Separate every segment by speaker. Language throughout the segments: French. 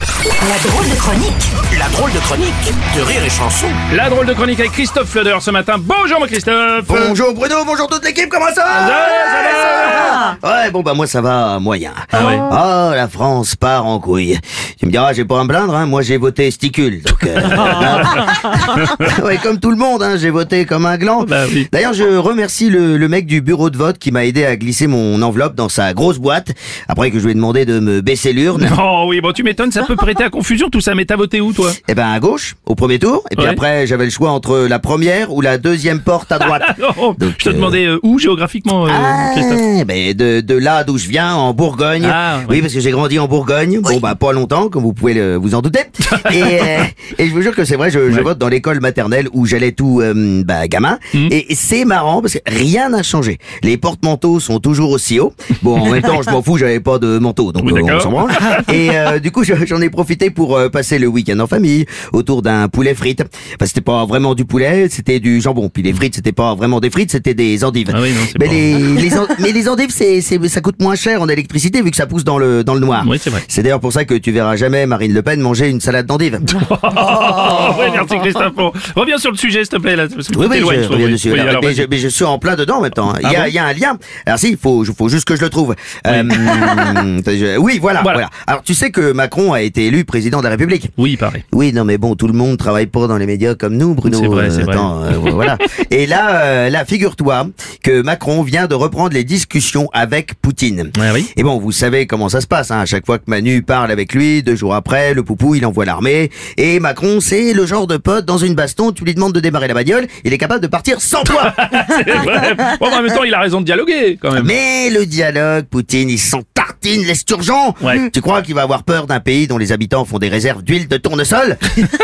Speaker 1: La drôle de chronique
Speaker 2: La drôle de chronique de Rire et Chanson.
Speaker 3: La drôle de chronique avec Christophe Flodder ce matin. Bonjour mon Christophe
Speaker 4: Bonjour Bruno, bonjour toute l'équipe, comment ça
Speaker 3: Ça
Speaker 4: va
Speaker 3: va, ça
Speaker 4: Ouais, bon bah moi ça va moyen.
Speaker 3: va Ah ouais.
Speaker 4: Oh, la France part en couille. Tu me diras, j'ai pas à me plaindre, hein, moi j'ai voté sticule. Donc, euh, hein. ouais, comme tout le monde, hein, j'ai voté comme un gland.
Speaker 3: Bah oui.
Speaker 4: D'ailleurs, je remercie le, le mec du bureau de vote qui m'a aidé à glisser mon enveloppe dans sa grosse boîte, après que je lui ai demandé de me baisser l'urne.
Speaker 3: Oh oui, bon tu m'étonnes, ça peut prêter à confusion tout ça, mais t'as voté où toi
Speaker 4: Eh ben à gauche, au premier tour, et puis
Speaker 3: Ouais.
Speaker 4: après j'avais le choix entre la première ou la deuxième porte à droite.
Speaker 3: Oh,
Speaker 4: Donc,
Speaker 3: Je te
Speaker 4: euh,
Speaker 3: demandais euh, où géographiquement, euh, Christophe
Speaker 4: Ah, ben de, de là d'où je viens, en Bourgogne.
Speaker 3: Ah,
Speaker 4: oui. parce que j'ai grandi en Bourgogne. Bon, bah pas longtemps, comme vous pouvez le- vous en douter. et, euh, et je vous jure que c'est vrai, je, je
Speaker 3: Ouais.
Speaker 4: vote dans l'école maternelle où j'allais tout euh, bah, gamin.
Speaker 3: Hmm.
Speaker 4: Et c'est marrant parce que rien n'a changé. Les porte-manteaux sont toujours aussi hauts. Bon, en même temps, je m'en fous, j'avais pas de manteau, donc
Speaker 3: Oui,
Speaker 4: euh, on
Speaker 3: d'accord.
Speaker 4: s'en branle. Et euh, du coup, je- j'en ai profité pour euh, passer le week-end en famille autour d'un poulet frites. Enfin, c'était pas vraiment du poulet, c'était du jambon. Puis les frites, c'était pas vraiment des frites, c'était des endives.
Speaker 3: Ah oui, non, c'est
Speaker 4: Mais
Speaker 3: pas-
Speaker 4: les, les en- mais les endives, c'est, c'est- ça coûte moins cher en électricité vu que ça pousse dans le, dans le noir.
Speaker 3: Oui, c'est vrai.
Speaker 4: C'est d'ailleurs pour ça que tu verras jamais Marine Le Pen manger une salade d'endives.
Speaker 3: Oh, ouais, merci Christophe. Bon, reviens sur le sujet s'il te plaît là, parce que
Speaker 4: Oui,
Speaker 3: tu
Speaker 4: oui,
Speaker 3: t'éloignes,
Speaker 4: je
Speaker 3: toi,
Speaker 4: reviens
Speaker 3: oui.
Speaker 4: dessus.
Speaker 3: Oui,
Speaker 4: Alors,
Speaker 3: alors,
Speaker 4: mais
Speaker 3: vas-y. Ah
Speaker 4: je, mais je suis en plein dedans en même temps. hein. Il y, a,
Speaker 3: bon
Speaker 4: il y a un lien. Alors si, il faut, je- faut juste que je le trouve. Euh, hum, je- oui, voilà,
Speaker 3: Voilà.
Speaker 4: voilà. Alors tu sais que Macron a été élu président de la République.
Speaker 3: Oui, pareil.
Speaker 4: Oui, non, mais bon, tout le monde travaille pas dans les médias comme nous, Bruno.
Speaker 3: C'est vrai, c'est vrai.
Speaker 4: attends, euh, voilà. Et là, euh, là, figure-toi que Macron vient de reprendre les discussions avec Poutine.
Speaker 3: Ah oui.
Speaker 4: Et bon, vous savez comment ça se passe. Hein. À chaque fois que Manu parle avec lui, deux jours après, le poupou, il envoie l'armée. Et Macron, c'est le genre de pote dans une baston. Tu lui demandes de démarrer la bagnole, il est capable de partir sans toi.
Speaker 3: C'est vrai. Bon, en même temps, il a raison de dialoguer quand même.
Speaker 4: Mais le dialogue, Poutine, ils sont tartines, l'esturgeon
Speaker 3: Ouais.
Speaker 4: Tu crois qu'il va avoir peur d'un pays dont les habitants font des réserves d'huile de tournesol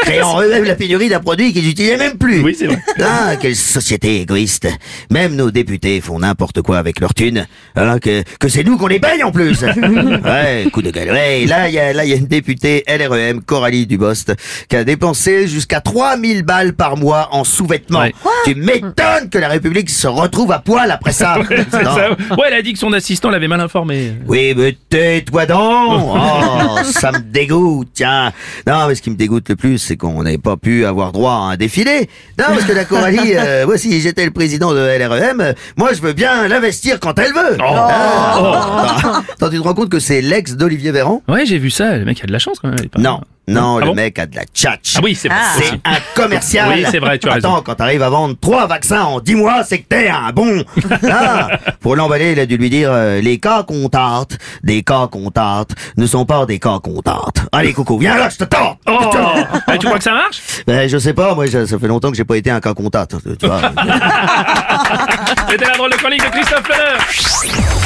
Speaker 4: Créant eux-mêmes la pénurie d'un produit qu'ils n'utilisaient même plus
Speaker 3: Oui, c'est vrai.
Speaker 4: Ah, quelle société égoïste Même nos députés font n'importe quoi avec leur thune, alors que, que c'est nous qu'on les paye en plus Ouais, coup de gueule. Ouais, et là, il y a, là, il y a une députée LREM, Coralie Dubost, qui a dépensé jusqu'à 3000 balles par mois en sous-vêtements.
Speaker 3: Ouais.
Speaker 4: Tu m'étonnes que la République se retrouve à poil après ça
Speaker 3: C'est
Speaker 4: Non.
Speaker 3: ça. Ouais, elle a dit que son assistant l'avait mal informé.
Speaker 4: Oui, mais tais-toi donc Oh, ça me dégoûte, tiens Non, mais ce qui me dégoûte le plus, c'est qu'on n'ait pas pu avoir droit à un défilé Non, parce que la Coralie, euh, moi, si j'étais le président de LREM, euh, moi, je veux bien l'investir quand elle veut
Speaker 3: Oh.
Speaker 4: Ah, attends, attends, tu te rends compte que c'est l'ex d'Olivier Véran
Speaker 3: Ouais, j'ai vu ça. Le mec a de la chance quand même. il est pas-
Speaker 4: Non, non,
Speaker 3: Ah
Speaker 4: le
Speaker 3: bon
Speaker 4: mec a de la tchatch
Speaker 3: Ah oui, c'est
Speaker 1: Ah.
Speaker 3: possible.
Speaker 4: c'est un commercial.
Speaker 3: Oui, c'est vrai, tu as
Speaker 4: Attends,
Speaker 3: raison.
Speaker 4: quand t'arrives à vendre trois vaccins en 10 mois, c'est que t'es un bon. Ah, pour l'emballer, il a dû lui dire euh, les cas qu'on tarte, des cas qu'on tarte, ne sont pas des cas qu'on tarte. Allez, coucou, viens là, je te tente.
Speaker 3: Oh Eh, Tu crois que ça marche
Speaker 4: Ben, je sais pas, moi, je- ça fait longtemps que j'ai pas été un cas qu'on tarte, tu vois.
Speaker 3: C'était la drôle de chronique de Christophe Fleur.